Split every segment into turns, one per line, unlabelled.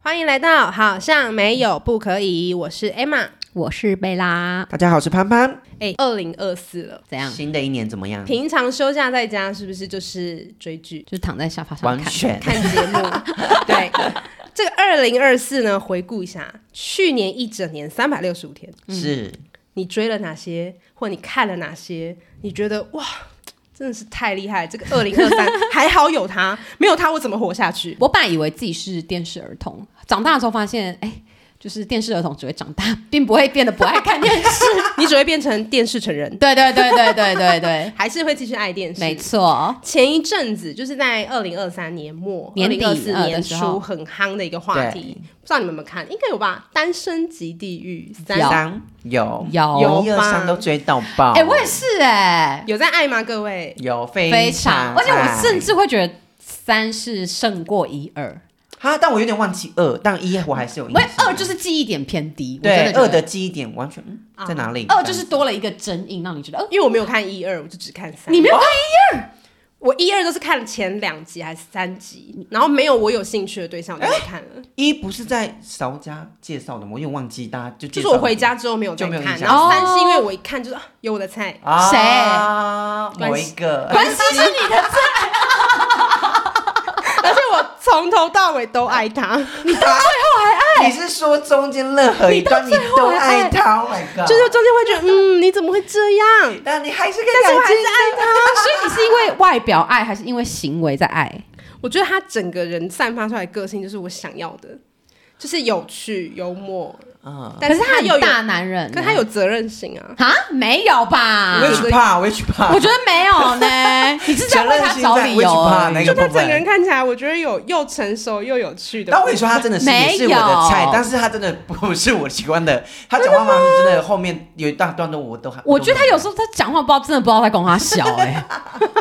欢迎来到好像没有不可以，我是 Emma。
我是贝拉，
大家好，我是潘潘。
哎，二零二四了，
怎样？
新的一年怎么样？
平常休假在家是不是就是追剧、
就躺在沙发上
完
看。
全
看节目？ 对，这个二零二四呢，回顾一下去年一整年三百六十五天，
是
你追了哪些，或你看了哪些？你觉得哇，真的是太厉害！这个二零二三 还好有它，没有它我怎么活下去？
我本来以为自己是电视儿童，长大之后发现，哎、就是电视儿童只会长大，并不会变得不爱看电 视。
你只会变成电视成人，
对对对对对对对，
还是会继续爱电视？
没错。
前一阵子就是在二零二三年末、二
年底
零二四
呃
年
的时候
初很夯的一个话题，不知道你们有没有看？应该有吧，《单身即地狱三》
三有
嗯有
有
一二
吧
三都追到爆。
哎、我也是哎、
有在爱吗？各位，
有非
非常，而且
爱
我甚至会觉得三是胜过一二，
哈，但我有点忘记二，但一我还是有印
因为
象。
二就是记忆点偏低，我
对
真的觉得啊
二的记忆点完全嗯在哪里？
二就是多了一个真印，让你觉得，哦、
因为我没有看一二，我就只看三。
啊你没有看
我一二都是看了前两集还是三集，然后没有我有兴趣的对象我就没看 了。
一不是在邵家介绍的吗？我有点忘记，大家就
就
就是
我回家之后没有再
就没有
看，
印象
然后三
哦
是因为我一看就是、啊有我的菜，
啊
谁
某一个
关系是 你的，啊
而且啊我从头到尾都爱他， 就
哎你是说中间任何一段你都爱他？Oh my god！
是中间会觉得嗯你怎么会这 样？
但你还是可以
但是我
感
还是爱他。
所以你是因为外表爱，还是因为行为在爱？
我觉得他整个人散发出来的个性就是我想要的，就是有趣、幽默，
啊，
但
可是
他
他
又
有
有，
大男人，
可他有责任心啊。
啊？没有吧
我？也去
啊
怕，我也去怕。
我觉得没有呢。 你是在为他找理由而
承认现在 which part
已？
哪
就
个
他
部
整个人
分？
看起来，我觉得有又成熟又有趣的。
但我也说他真的是
没
也
有
是我的菜，但是他真的不 是我喜欢的。他讲话方式真的后面有一大段的我都还，
我觉得他有
候
时候他讲话不知道，真的不知道在跟他笑 哎，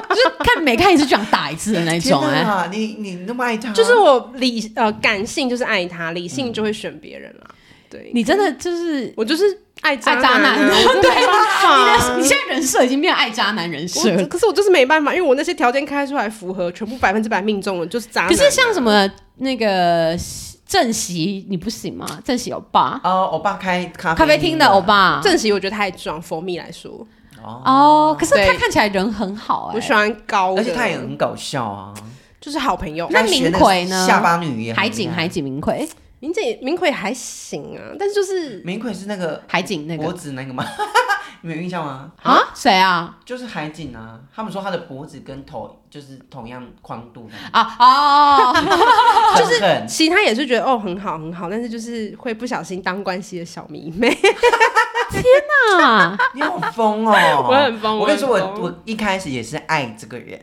就是看每看一次就想打一次的那种哎。
啊，你你那么爱他，
就是我理呃感性就是爱他，理性就会选别人啦。
嗯
对，
你真的就是
我就是爱渣
爱渣
男
男，
啊，我真的没
对
办法
吧？
啊
你的你。现在人设已经变爱渣男人设
我
了。
可是我就是没办法，因为我那些条件开出来符合，全部百分之百命中了，就是渣男。啊
可是像什么那个郑席，你不行吗？郑席欧巴，
哦，欧巴开
啊
咖
咖啡厅的欧巴，
正熙，我觉得太壮，佛蜜来说，
哦，
哦，可是他
对
看起来人很好
我
哎
喜。欢高的，
而且他也很搞笑啊。
就是好朋友。
那
他学
明奎呢
下巴女也很
海景，
厉害
海景哎明奎，
明姐明奎还行啊，但是就是
明奎是那个
海景那
脖
个
子那个吗？ 你们有印象吗？
啊，谁啊？
就是海景啊，他们说他的脖子跟头就是同样宽度的，
啊哦，
就是很
其他也是觉得哦很好很好，但是就是会不小心当关系的小迷妹。
那
你好疯哦！
我很疯
我跟你说，
我
我
很疯
我一开始也是爱这个人，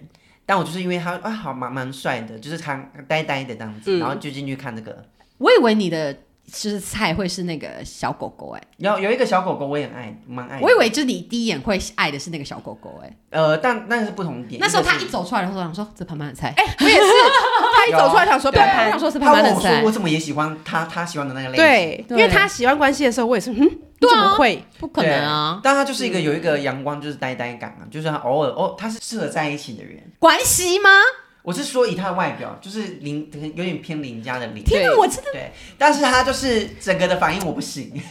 但我就是因为他啊，好蛮蛮帅的，就是他呆呆的这样子，
嗯
然后就进去看这个。
我以为你的就是菜会是那个小狗狗哎，
有有一个小狗狗，我也很爱，蛮爱的。
我以为就是你第一眼会爱的是那个小狗狗哎，
呃，但那个是不同点。
那时候
个是
他一走出来的时候，我想说这潘潘的菜，
哎、我也是，他一走出来想说
对，
拜
我
拜
想。说是
啊他
潘潘
问
的
我说
菜
我，怎么也喜欢他，他喜欢的那个类型。
对，因为他喜欢关系的时候，我也是，嗯，你
对
怎
啊
么会？
不可能啊，
但他就是一个有一个阳光，就是呆呆感啊，就是他偶尔哦，他是适合在一起的人。
关系吗？
我是说以他的外表，就是邻有点偏邻家的邻，
天哪，
对
我真的，
对，但是他就是整个的反应我不行，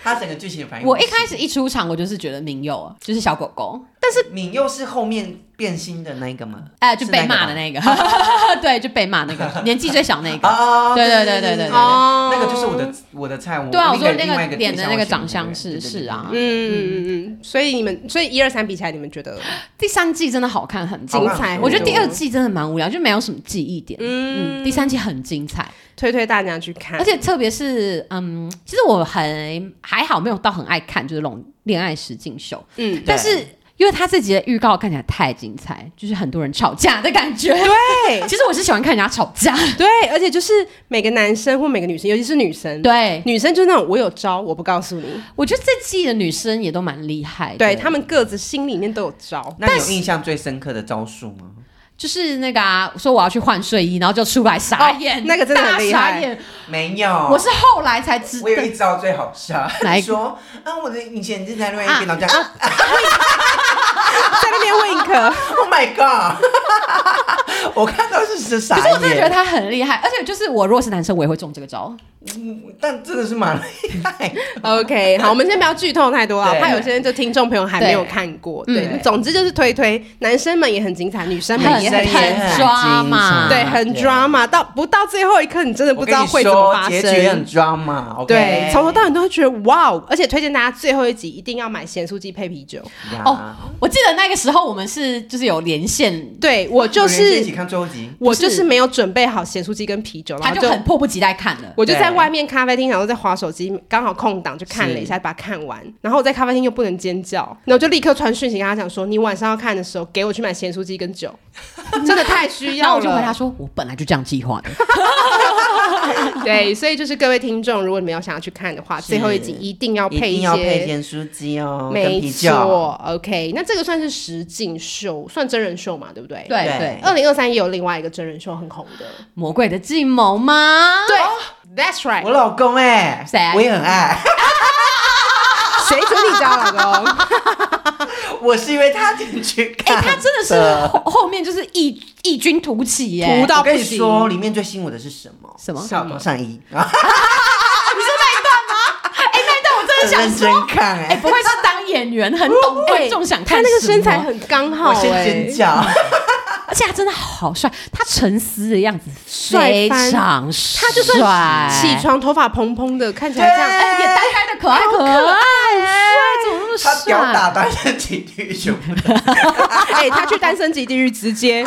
他整个剧情的反应
我一
不行
开始一出场我就是觉得明佑啊就是小狗狗，
敏佑是后面变心的那一个吗？
哎，就被
是那个
骂
吧
的那个， 对，就被骂那个， 年纪最小那个。
啊
对对对对对对
哦
那个就是我的我的菜。
对啊，我说
另外
那
一个
脸的那个长相
对
是
对对
是啊
对对对对，
嗯嗯嗯，所以你们，所以一二三比起来，你们觉得
第三季真的好看很
好
精
看
彩，
很
我觉得
多
第二季真的蛮无聊，就没有什么记忆点。嗯，第三季很精彩，
推推大家去看
而？且特别是嗯，其实我很还好，没有到很爱看，就是那种恋爱实境秀，
嗯，
但是。因为他这集的预告看起来太精彩，就是很多人吵架的感觉。
对 嗯
其实我是喜欢看人家吵架，
对，而且就是每个男生或每个女生，尤其是女生，
对
女生就是那种我有招，我不告诉你，
我觉得这季的女生也都蛮厉害的。
对他们各自心里面都有招。
那你有印象最深刻的招数吗？
就是那个啊，说我要去换睡衣，然后就出来傻眼，
哦那个真的很
大
厉
傻
害
眼。
没有，
我是后来才知道
我，有 一招最好笑，
哪一个
说啊，我的以前是在瑞
啊
典，然后这样，
在那边 wink，
Oh my god！我看到是是傻
可是我真的觉得
眼，
他很厉害，而且就是我如果是男生，我也会中这个招。
嗯但真的是蛮厉害。
OK，好，我们先不要剧透太多啊，
对
怕有些就听众朋友还没有看过。
对
对，
嗯
总之就是推推，男生们也很精彩，女生
很
们也很
精
精彩
彩
很抓嘛，
对，很
对
drama，到不到最后一刻，你真的不
我
知
跟
道
你
会怎么
说，
发
结局
生
很。抓嘛。OK
对，从头到尾你都会觉得哇哦！而且推荐大家最后一集一定要买咸酥鸡配啤酒。
呀
哦，我记得那个时候我们是就是有连线，
对我就
我们先一
是
起看最后一集。
我
不是
就是没有准备好咸酥鸡跟啤酒，然
他
后
就很迫不及待看了。
我就在
对
外面咖啡厅，然后在划手机，刚好空档就看了一下，把它看完。然后我在咖啡厅又不能尖叫，然后就立刻传讯息跟他讲说，你晚上要看的时候给我去买咸酥鸡跟酒， 真的太需
然
要
后我就回答
了。
说，我本来就这样计划的。
对，所以就是各位听众，如果你们要想要去看的话，
是
最后一集一定要
一
配
定
一
要配
些。
咸酥鸡哦，跟
没
啤酒。
错，OK，那这个算是实境秀，算真人秀嘛，对不对？
对啊
对
对，
二零二三也有另外一个真人秀很红的，
魔鬼的计谋吗？
对、t h a t s right，
我老公哎、
谁
我也很爱。
谁准你交老公？
我是因为他进去
哎、
看、
他真的是后后面就是异异军突起耶、
突到
我跟你
不行
说，里面最吸引我的是什么？
什么
上上衣，
哎、那一段我真的
很
想
认
说，
真看
哎、
哎、
不会是当演员很懂 观众想
他
看
那个
什么
身材，很刚好、
我
欸，
先尖叫。
而且他真的好帅，他沉思的样子
帅
非
翻
常帅，
他就算起床头发蓬蓬的，看起来这样，
对
哎
哎、也呆呆的可爱可爱，帅，怎么那么
他屌
帅？
打单身情侣熊，
哎、他去单身级地狱直接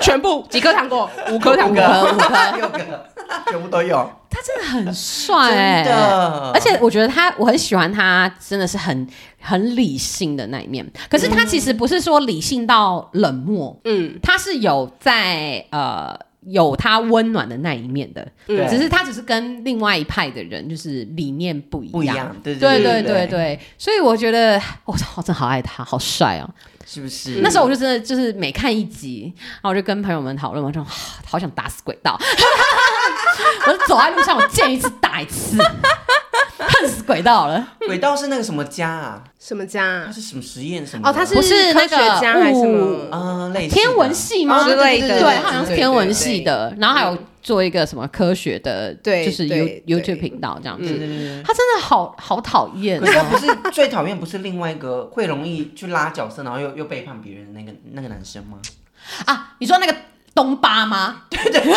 全部几颗糖果，五颗 糖
五
果，
个五个六个， 全部都有，
他真的很帅、
真的。
哎而且我觉得他，我很喜欢他，真的是很很理性的那一面。可是他其实不是说理性到冷漠，
嗯，
他是有在呃有他温暖的那一面的，
对
嗯只是他只是跟另外一派的人就是理念不一样。
不一样，对
对对
对
对对，所以我觉得我操，我真的好爱他，好帅哦！
是不是？
那时候我就真的就是每看一集，然后我就跟朋友们讨论嘛，我就啊 好想打死鬼道， 我就走在路上，我见一次打一次， 恨死鬼道了。
轨道是那个什么家啊？
什么家、
他
啊？
是什么实验什么的？
哦，他是
不是
科
那
学
个
家还是什
物
么？
嗯，类似的
天文系吗？
哦之类的
对，
对
他好像是天文系的，然后还有做一个什么科学的，
对
就是
对
You
对
YouTube 频道这样
对对
子。
对对。
他真的好好讨厌
可是他
哦，
不是最讨厌，不是另外一个会容易去拉角色，然后又又背叛别人的那个那个男生吗？
啊！你说那个东巴吗？对对， 而且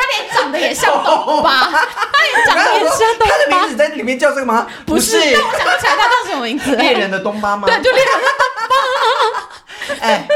他脸长得也像东巴，他脸长得也像东
他的名
巴，
字在里面叫这个吗？
不
是哎
是？但我想不起来他叫什么名字。
猎人的东巴吗？
对，就猎人
哎，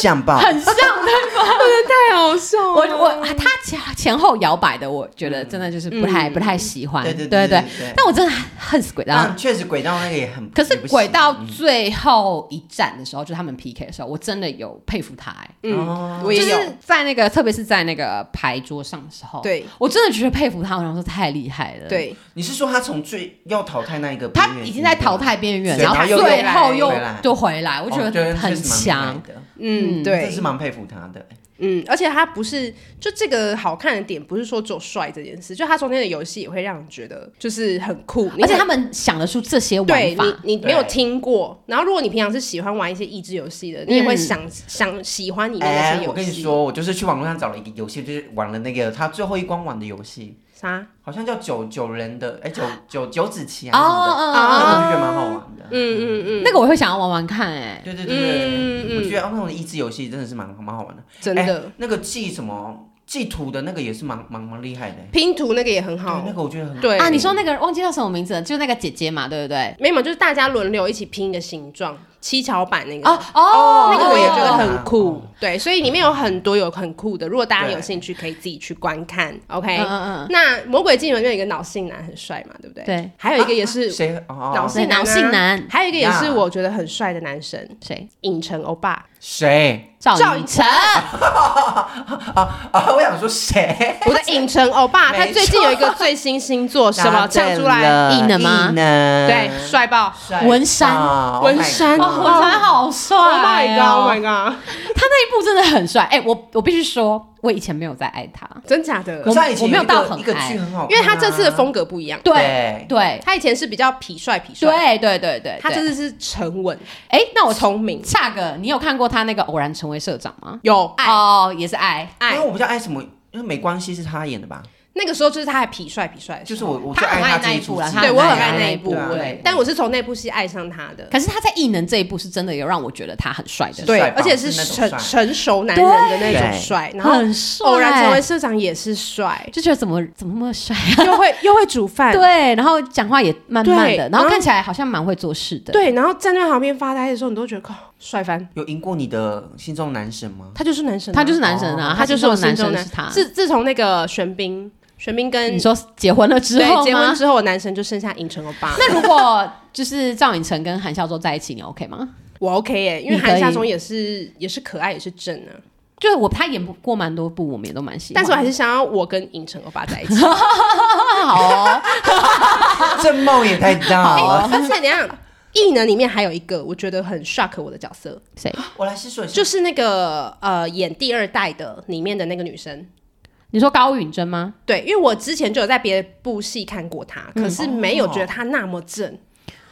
像吧？
很像 对吧？
太好笑了
我我
哦
啊他前前后摇摆的，我觉得真的就是不太不太喜欢。
嗯对
对
对
对
对对对，嗯
但我真的恨死鬼道。
但啊确实轨道那个也很，
可是
也不行
鬼到最后一战的时候，就是他们 PK 的时候，我真的有佩服他、欸。
嗯
哦，
我也有，
就是在那个，特别是在那个牌桌上的时候，
对
我真的觉得佩服他，然后说太厉害了。，
对，
你是说他从最要淘汰那一个边
他
缘，
已经在淘汰边缘，
对
然后
然后又
最后又
回来
就回来，
哦，
我
我
觉得很强。
的，
嗯，对
真是，蛮佩服他的。
嗯，而且他不是就这个好看的点，不是说只有帅这件事，就他中间的游戏也会让人觉得就是很酷，你
而且
很
他们想得出这些
对
玩法，
你，你没有
对
听过。然后，如果你平常是喜欢玩一些益智游戏的，你也会
嗯
想、想喜欢里面那些
哎
游，戏。
我跟你，说，我就是去网络上找了一个游戏，就是玩了那个他最后一关玩的游戏，
啥？
好像叫九九人的，哎，九九九子棋
哦
啊什么的，
哦
哦
那
哦
个我就觉得蛮好玩的。
嗯嗯嗯，
那个我会想要玩玩看、欸，哎，
对对对
嗯嗯嗯
对，我觉得哦那种益智游戏真的是蛮蛮好玩的。
真的、
哎那个记什么记图的那个也是蛮蛮蛮厉害的。
拼图那个也很
对，
好
那。个我觉得很
对
啊，你说那个忘记叫什么名字了，就是那个姐姐嘛，对不对？
没有，就是大家轮流一起拼一个形状，七巧板那个。
哦哦，
那个我也觉得
哦
很酷，
哦
对，所以里面有很多有很酷的，如果大家
对
有兴趣，可以自己去观看。OK，、
嗯嗯嗯，
那《魔鬼竞轮》有一个脑性男很帅嘛，对不对？，
对，
还有一个也 是
谁哦
脑
哦
性男、啊，
脑性男
还有一个也是
呀
我觉得很帅的男生，
谁？
影城欧巴。
谁
赵
赵
寅
寅
成。
啊？我想说谁？
我的影城欧巴，
没
他
错
最近有一个最新星 座，什么
答
唱
对
出来？
了
硬的吗
硬的
对，帅爆！
帅
文山
到
文山
哇，
Oh my god
我觉得好帅、哦、
Oh my god！Oh my god！
他那一部真的很帅。哎、我我必须说，我以前没有在爱他，
真假的
可？是他以前
我没有
一个
到很
一个
爱
剧很好看啊，
因为他这次的风格不一样，
对
对
哦嗯对
他以前是比较痞帅痞帅，
对对对对，
他这
是
次是沉稳，
哎，那我从
聪明，
下个，你有看过他那个《偶然成为社长》吗？
有爱
哦，也是爱，
因
爱
为。我不知道爱什么，因为没关系是他演的吧？
那个时候就是他还痞帅痞帅的时
就
候，
是我，我
他
最
很爱
爱
那
这
一
出
部啦
戏
他
对
很
我很
爱
爱
那
那
一
一
部
部，
对啊
对，但我是从那部戏爱上他的。
可是他在异能这一部是真的有让我觉得他很帅的，
对，
帅吧
而且是
是那种
成
帅
成熟男人的那种帅，然后
很帅，
偶然成为社长也是 帅，
就觉得怎么怎么那么帅啊？
又会又会煮饭，
对，然后讲话也慢慢
对
的，然后
然后
看起来好像蛮会做事的。
对，然后站在旁边发呆的时候，你都觉得靠帅翻，
有赢过你的心中男神吗？
他就是男神啊，
他就是男神啊，
哦他就是
我
我
男
心中
神
的
是他。
自自从那个玄彬，玄彬跟
你说结婚了之后
对结婚
吗？
之后，我男神就剩下尹成欧巴，
那如果就是赵寅成跟韩孝周在一起，你 OK 吗？
我 OK 耶，因为
你可以
韩夏松也是也是可爱，也是正啊，
就是我他演过蛮多部，我们也都蛮喜欢。
但是我还是想要我跟尹成欧巴在一 起。
好 哦，
这梦也太大
哎
了。
而且怎样？异能里面还有一个我觉得很 shock 我的角色，
谁？
我来细说一下，
就是那个呃演第二代的里面的那个女生。
你说高允贞吗？
对，因为我之前就有在别的部戏看过她，可是没有觉得她那么正。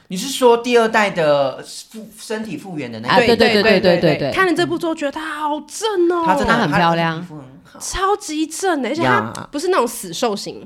你是说第二代的复身体复原的那
啊
个？
对对
对
对对
对
对对
看了这部之后觉得她好正哦，
他真的
她很漂亮
她的皮肤很好
超级正的，欸而且她
呀
不是那种死兽型，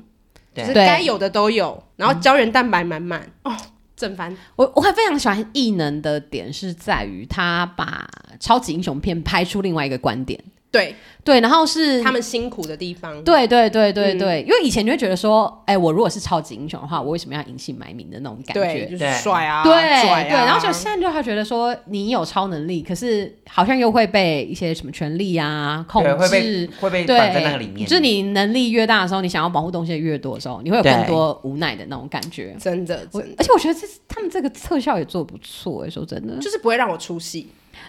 就
对
是
对
该有的都有，然后胶原蛋白满满哦，正翻。
我我还非常喜欢异能的点是在于他把超级英雄片拍出另外一个观点，
对
对，然后是
他们辛苦的地方，
对对对对对，因为以前就会觉得说，哎，我如果是超级英雄的话，我为什么要隐姓埋名的那种感
对，
觉？
就是
对
帅啊，
对、
拽啊
对，然后就现在就会觉得说，你有超能力，可是好像又会被一些什么权利啊控
对，会被
制。
会被
对，
绑在那个里面，
就是你能力越大的时候，你想要保护东西的越多的时候，你会有更
对
多无奈的那种感觉。
真的
我
真的
而且我觉得这他们这个特效也做得不错、哎，说真的，
就是不会让我出戏。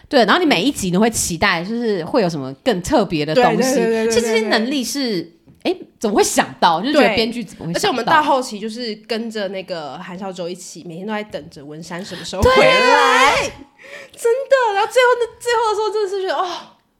对，然后你每一集你会期待，就是会有什么更特别的
对
东
对
西。
对对对
其实这
对
些
对
能力是，哎，怎么会想到？就是觉得
对
编剧怎么会
而且我
想
们到后期就是跟着那个韩少周一起，每天都在等着文山什么时候回
回
来。
来，
真的，然后最后那最后的时候，真的是觉得哦，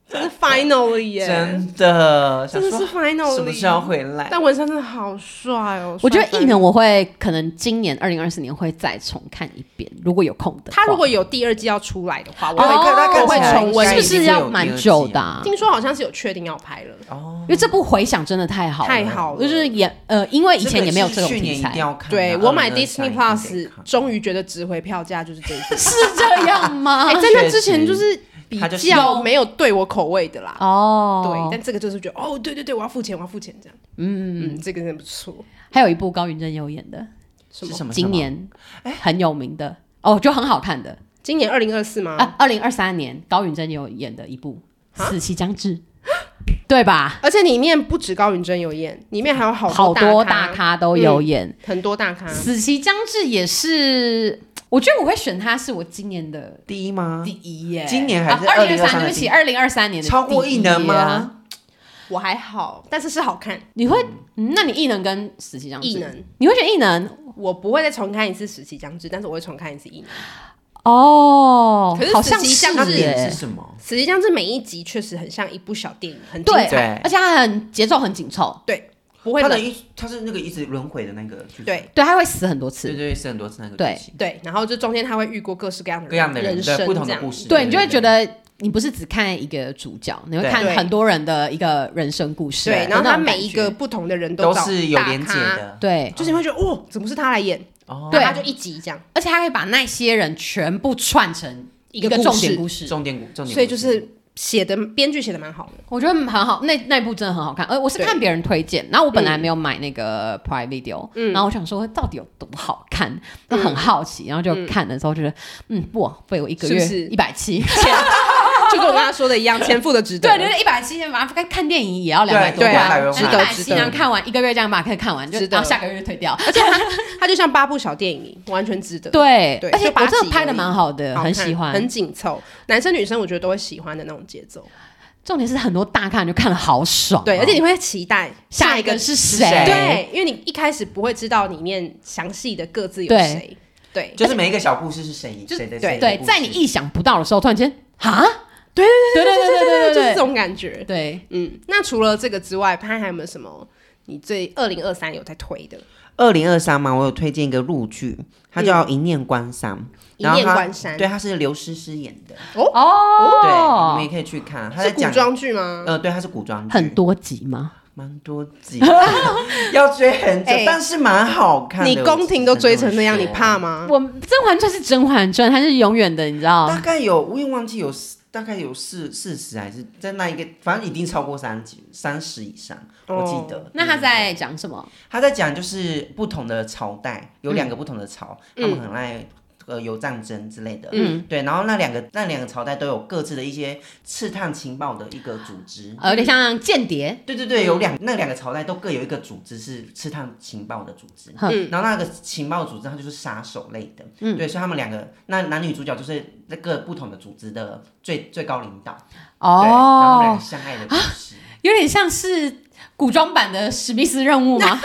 真的 finally 耶，
真的想
真的
说
是 finally。
什么时候回来？
但文山真的好帅哦！
我觉
帅翻
得异能我会可能今年二零二四年会再重看一遍，如果有空的话。
他如果有第二季要出来的话，我
对
哦
会
看他看
我会
起来
重温
是
应该
不
已经
是
会
要
有第
蛮
二
久
季
的
了
啊、
听说好像是有确定要拍了，
哦
因。为这部回响真的太好了，
太好了，
就是也呃，因为以
这
前
个
也没有
是
这种
去年
题
一
材
定，要看的。
对我买
二零二
Disney
三一定得
Plus，哎
看
终于觉得值回票价就是这一部。
是这样吗
哎，？在那
确
之前
实
就是比
它就是
较没有对我口味的啦。
哦
对，，但这个就是觉得哦，对对对，我要付钱，我要付钱这样。嗯嗯，这个真的不错。
还有一部高云真有演的，
什
是
么？
什么？哎
今年很有名的哦，就很好看的。
今年二零二四
嗯
吗？
啊，二零二三年高允贞有演的一部《死期将至》，对吧？
而且里面不止高允贞有演，里面还有好
好多
多
大
咖，
咖都
嗯
有演，
很多大咖
《死期将至》也是，我觉得我会选它是我今年的
第一吗
第？一耶。
今年还是
二零二
2023
三？
的
对不起，二零二三年的
超过
第一
异能
啊？
吗？
我还好，但是是好看。
你会？嗯那你异能跟《死期将至》，
异能，
你会选异能？
我不会再重看一次《时期将至》，但是我会重看一次《异能》。
哦
可是，
好像
死期将
那
至
点
耶
是。什么？
《时期将至》每一集确实很像一部小电影，很精
对
彩，，
而且它很节奏很紧凑，
不会
他的
冷。
一他是那个一直轮回的那个剧，
对
对，它会死很多
对
次，
对，是很多次那个
对
剧情，
对，然后就中间他会遇过各式各样的
各样的人
人
对
生，
不同
这
的
样
故。事，
对你就会觉得你不是只看一个主角，你会
对
看
对
很多人的一个人生故事。
对，然后
那
他
种
每
感
一
觉
个不同的人
都
找
是有
大
连结
咖，
的
对，
就是你会觉得哦，怎么是他来演？
哦，
对
然后他就一集这样
而且他可以把那些人全部串成一个
一个
重
故事
点故事，
重点重点，
所以就是写的编剧写的蛮好的，
我觉得很好。那那部真的很好看，呃，我是
对
看别人推荐，然后我本来没有买那个 Prime Video，、然后我想说到底有多好看，那很好奇，然后就看的时候觉得，嗯，不，被我一个月
是不是
一百七，
就跟我刚刚说的一 样，钱付的值得。
对，就是一百七，麻烦看看电影也要两百多
对对
块，
啊
然后
值得
一百
值
七，
得
然后看完一个月这样把可以看完，就
值得
然后下个月就退掉。
而且它它就像八部小电影，完全值得。
对，
对
而且
就八
我这个
集
拍的
而已
蛮好的，
好看，
很喜欢。
很紧凑，男生女生我觉得都会喜欢的那种节奏。
重点是很多大看就看的好爽哦、
对，而且你会期待
下一
个
个。是
是
谁？
谁
对，因为你一开始不会知道里面详细的各自有
对
谁。对，
就是每一个小故事是谁
就
谁的
对
谁的
对，
故
在你
事
意想不到的时候，突然间啊，对对对对对
就是
对
这
对
种感觉。
对，
嗯，那除了这个之外，潘还有没有什么你最二零二三有在推的？
二零二三嘛，我有推荐一个陆剧，它叫《一念关山》，
嗯一
然后
念
它
关山，
对，它是刘诗诗演的，对，你们
哦
也，可以去看。它
是
在
古
讲，
装剧吗？
呃，对，它是古装剧，
很多集吗？
蛮多集，要追很久
哎，
但是蛮好看的。
你宫廷都追成那样，
我只
你
能这么
怕
说？
吗？
我《甄嬛传》是《甄嬛传》，它是永远的，你知道？
大概有，我也忘记有四，大概有四四十还是在那一个，反正一定超过三十，三十以上，我记得。
那他
嗯
在讲什么？
他在讲就是不同的朝代，有两个不同的朝，他们很爱。呃，有战争之类的，嗯，对，然后那两个那两个朝代都有各自的一些刺探情报的一个组织，
呃有点像间谍，
对对对，有两那两个朝代都各有一个组织是刺探情报的组织，
嗯
然后那个情报组织它就是杀手类的，
嗯
对，所以他们两个那男女主角就是那个不同的组织的最最高领导，对，然后他们两
哦
个，相爱的故事，
有点像是古装版的史密斯任务吗？啊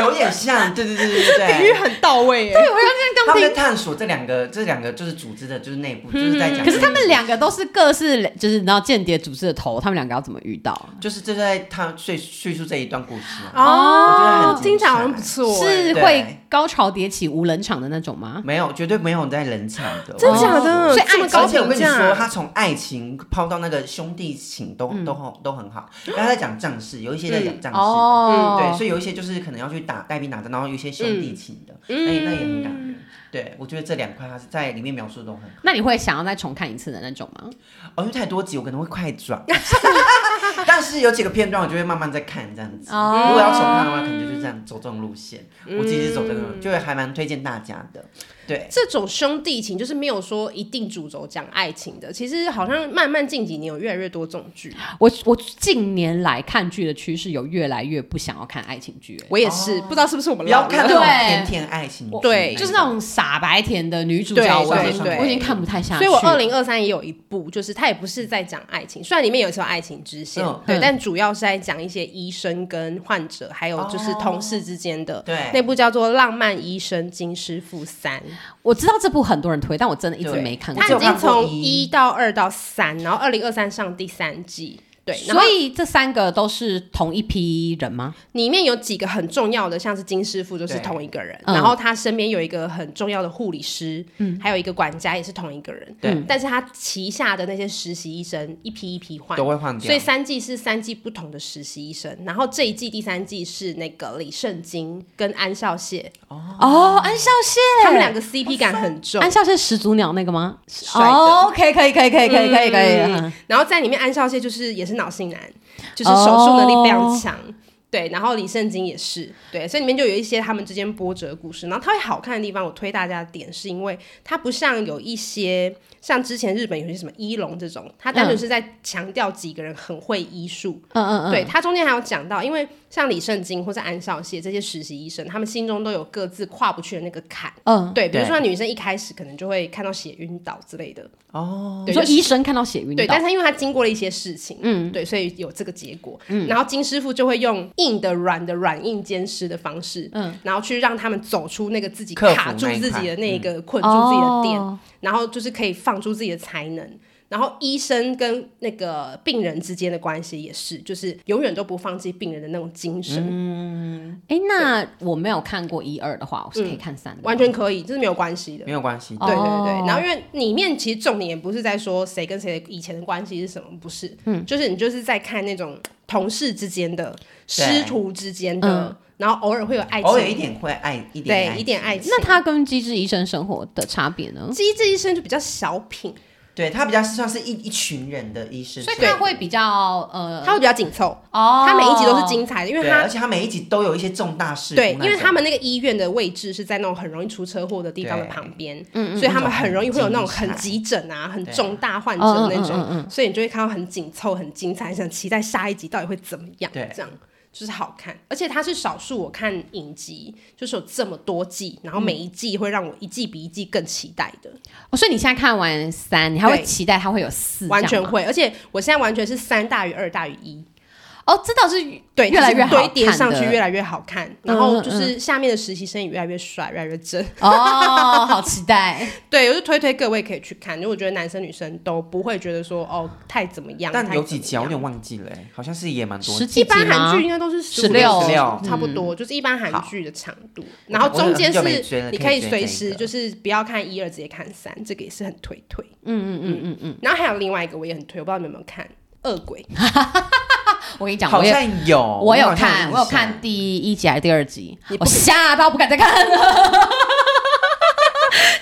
有点像，对对对对对对，
比喻很到位 耶，
我要这
他
样
们
听
在。探索这两个，这两个就是组织的，就是内部，就是在讲。
可是他们两个都是各是就是你知道间谍组织的头，他们两个要怎么遇到？
就是这在他叙叙述这一段故事啊，我觉得
哦
很，
听
精彩
起来好像不错欸耶，
是
对
会高潮迭起无冷场的那种吗？
没有，绝对没有在冷场的，哦
真
我跟你
假的？
说
所以
这么
爱
高
而且我
评
跟你说，
价，嗯
他从爱情抛到那个兄弟情都、都很都很好，然后他在讲仗势，嗯有一些在讲仗势的，嗯
哦，
对，所以有一些就是可能要去打带兵打仗，然后有一些兄弟情的，
嗯
那也那也很感人。对，我觉得这两块他是在里面描述的都很好，
那你会想要再重看一次的那种吗？
哦，因为太多集我可能会快 转，但是有几个片段我就会慢慢再看这样子。
哦
如果要重看的话，可能就是这样走这种路线。我自己是走这
嗯
个，就会还蛮推荐大家的。对，
这种兄弟情就是没有说一定主轴讲爱情的，其实好像慢慢近几年有越来越多这种剧。
我我近年来看剧的趋势有越来越不想要看爱情剧、欸
我也是，不知道是不是我们
哦不要
老
看
了
那种
对
甜甜爱情剧，
对
就是那种傻白甜的女主角，
对
我已
对
经
对
我已经看不太下去
所以
了。
我二零二三也有一部，就是它也不是在讲爱情，虽然里面有一些爱情支线，
嗯
对，
嗯
但主要是在讲一些医生跟患者，还有就是同事之间的。那
哦对。
部叫做《浪漫医生金师傅三》，
我知道这部很多人推，但我真的一直
对
没看过
它
只。有
已经
看过
从
一
一到二到三，然后二零二三上第三季。对，然后
所以这三个都是同一批人吗？
里面有几个很重要的，像是金师傅就是
对
同一个人，
嗯
然后他身边有一个很重要的护理师，还有一个管家也是同一个人。
嗯对
嗯但是他旗下的那些实习医生一批一批换，
都会换掉，
所以三季是三季不同的实习医生，然后这一季第三季是那个李圣经跟安孝燮，
哦，安孝燮，
他们两个 CP 感很重。
安孝燮始祖鸟那个吗？
帅的
哦，OK，可以，可以，可以，可以，可以，可以。嗯
然后在里面安孝燮就是也是脑性男，就是手术能力非常强。对，然后李圣经也是，对，所以里面就有一些他们之间波折的故事。然后它会好看的地方，我推大家的点是因为它不像有一些像之前日本有些什么医龙这种，它单纯是在强调几个人很会医术，
嗯嗯嗯，
对，他中间还有讲到，因为像李圣经或是安孝燮这些实习医生，他们心中都有各自跨不去的那个坎。
嗯，
对，比如
对
说女生一开始可能就会看到血晕倒之类的，
哦，
你
对，
说
就是
医生看到血晕
对，
倒
但，是因为他经过了一些事情，嗯，对，所以有这个结果。然后金师傅就会用硬的、软的、软硬兼施的方式，嗯，然后去让他们走出那个自己
克服
卡住
那一
自
块
己的那个困住自己的点，
哦，
然后就是可以放出自己的才能。然后医生跟那个病人之间的关系也是，就是永远都不放弃病人的那种精神，
哎，那我没有看过一二的话，我是可以看三的吗，
嗯完全可以，这是没有关系的。
没有关系，
哦
对对对，然后因为里面其实重点也不是在说谁跟谁以前的关系是什么，不是，嗯，就是你就是在看那种同事之间的、师徒之间的
嗯，
然后偶尔会有爱情，
偶尔一点会爱一点爱
对一点爱情。
那他跟《机智医生生活》的差别呢？
机智医生就比较小品，
对他比较算是一一群人的医生，
所以
对
啊
他会比较呃，
他会比较紧凑，
哦，
他每一集都是精彩的，因为
对，
他
而且他每一集都有一些重大事故那
对，
种，
因为他们那个医院的位置是在那种很容易出车祸的地方的
对
旁边，
嗯
所以他们很容易会有那种很急诊啊、很
对
重大患
嗯
者
嗯
那
嗯
种，
嗯嗯，
所以你就会看到很紧凑、很精彩，想期待下一集到底会怎么样，
对
这样就是好看。而且它是少数我看影集，就是有这么多季，然后每
嗯
一季会让我一季比一季更期待的，
哦，所以你现在看完三，你还会
对
期待它会有四，
完
这
全
样吗
会。而且我现在完全是三大于二大于一，
哦，这倒是
对，
越来
就是
越好
堆叠
看
上去，
的嗯
越来越好看。然后就是下面的实习生也越来越帅，越来越正。
哦， 好期待。
对，我就推推各位可以去看，因为我觉得男生女生都不会觉得说哦太怎么样，
但
太
有
怎
几
么
集啊我有
样
点忘记了、欸，好像是也蛮多
十
集。
一
几集
般
吗嗯
韩剧应该都是15
16
差不多，就是一般韩剧的长度。然
我
后中间
我很久没追
是
了
你
可以
以随
追这
时
个
就是不要看一二，直接看三，这个也是很推推。
嗯嗯嗯嗯
然后还有另外一个我也很推，我不知道你们有没有看《恶鬼》，
嗯，我跟你讲，
好
我有
像有，
我有
好像
看，
印
我有
象
看第一集还是第二集
你，不
我吓到不敢再看了，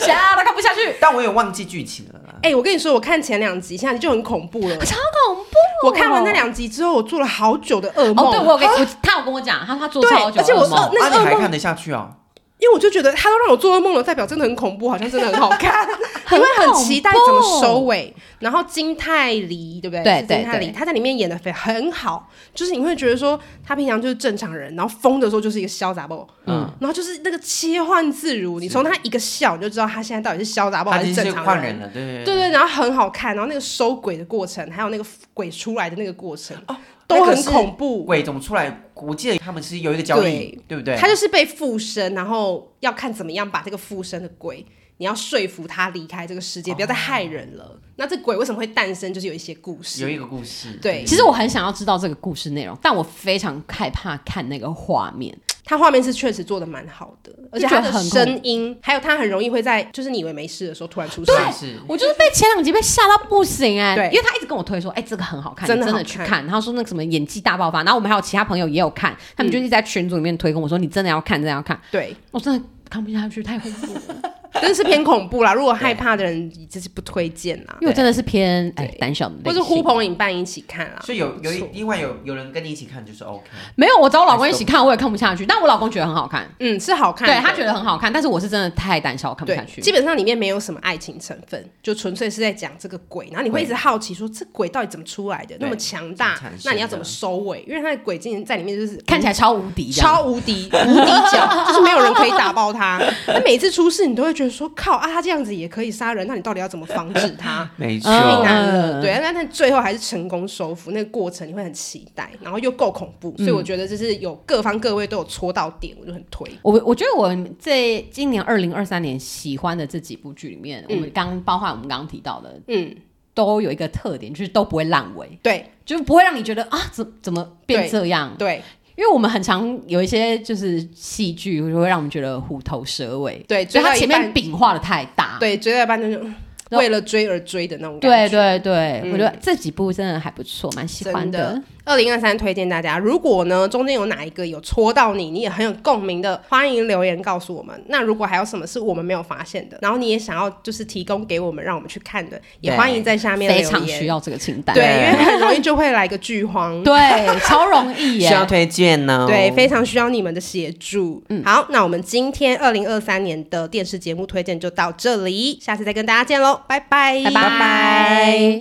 吓到看不下去，
但我也忘记剧情了啦。
哎、我跟你说，我看前两集，现在就很恐怖了。
超恐怖。哦
我看完那两集之后，我做了好久的噩梦。
哦，对，我有跟我他有跟我讲，他他做
对
超久
而且我
噩梦
哦那
啊，
个
你
噩
还
梦
看得下去哦？
因为我就觉得他都让我做噩梦了，代表真的很恐怖，好像真的很好 看，因为很期待怎么收尾。然后金泰梨，对不对？
对
是
对
金泰梨
对
他在里面演的非很好，就是你会觉得说他平常就是正常人，然后疯的时候就是一个潇洒 boy，
嗯，
然后就是那个切换自如，你从他一个笑你就知道他现在到底是潇洒 boy
他
还
已
是
经
正
是
常
换人。了，对对
对对，然后很好看，然后那个收鬼的过程，还有那个鬼出来的那个过程，
哦那
都
个
很
是
恐怖。
鬼怎么出来？我记得他们是有一个交易，对不对？
他就是被附身，然后要看怎么样把这个附身的鬼，你要说服他离开这个世
哦
界，不要再害人了。那这鬼为什么会诞生？就是有一些故
有
事。
一个故事，
对
其实我很想要知道这个故事内容，但我非常害怕看那个画面。
他画面是确实做的蛮好的，而且他的
就觉得很
声音，还有他很容易会在就是你以为没事的时候突然出
是
现。
是
我就是被前两集被吓到不行哎、
对
因为他一直跟我推说，哎、这个很好看，
真的
你真的
好
去
看
看。然后说那个什么演技大爆发，然后我们还有其他朋友也有看，他们就一直在群组里面推跟我说，你真的要看，真的要看，
对，
我真的看不下去，太恐怖了。
真是偏恐怖啦。如果害怕的人，就是不推荐啦
因，为我真的是偏哎
对
胆小的类
或是
型，
呼朋引伴一起看啦。
所以有有一
啊不错
另外有有人跟你一起看就是 OK，
没有，我找我老公一起看，我也看不下去。但我老公觉得很好看，
嗯，是好看的，
对他觉得很好看，但是我是真的太胆小，我看不
对
下，去。
基本上里面没有什么爱情成分，就纯粹是在讲这个鬼，然后你会一直好奇说这鬼到底怎么出来的，那么强大
怎么产，生的
那你要怎么收尾？因为他的鬼竟然在里面就是
看起来超无敌，这样
超无敌无敌 角，就是没有人可以打爆他。他每次出事，你都会觉得说靠啊，他这样子也可以杀人，那你到底要怎么防止他？
没
错
太难
嗯
了，对，但但最后还是成功收服，那个过程你会很期待，然后又够恐怖，
嗯
所以我觉得就是有各方各位都有戳到点，我就很推。
我我觉得我这今年二零二三年喜欢的这几部剧里面，我们刚包括我们刚刚提到的，
嗯，
都有一个特点，就是都不会烂尾，
对
就是不会让你觉得啊，怎怎么变这样？
对
因为我们很常有一些就是戏剧会让我们觉得虎头蛇尾，
对，追
所以
到
它
一
前
半
面饼画的太大。
对，追到一半就是嗯
啊然后
为了追而追的那种
对
感觉。
对对，
嗯
我觉得这几部真的还不错，蛮喜欢
真的二零二三推荐大家，如果呢中间有哪一个有戳到你，你也很有共鸣的，欢迎留言告诉我们。那如果还有什么是我们没有发现的，然后你也想要就是提供给我们，让我们去看的，也
对
欢迎在下面
非
留
常需
言。
要这个清单。
对，因为很容易就会来个剧荒。
对，超容易
需要
耶。
推荐呢、
对，非常需要你们的协助。
嗯
好，那我们今天二零二三年的电视节目推荐就到这里，下次再跟大家见喽，拜拜，
拜拜。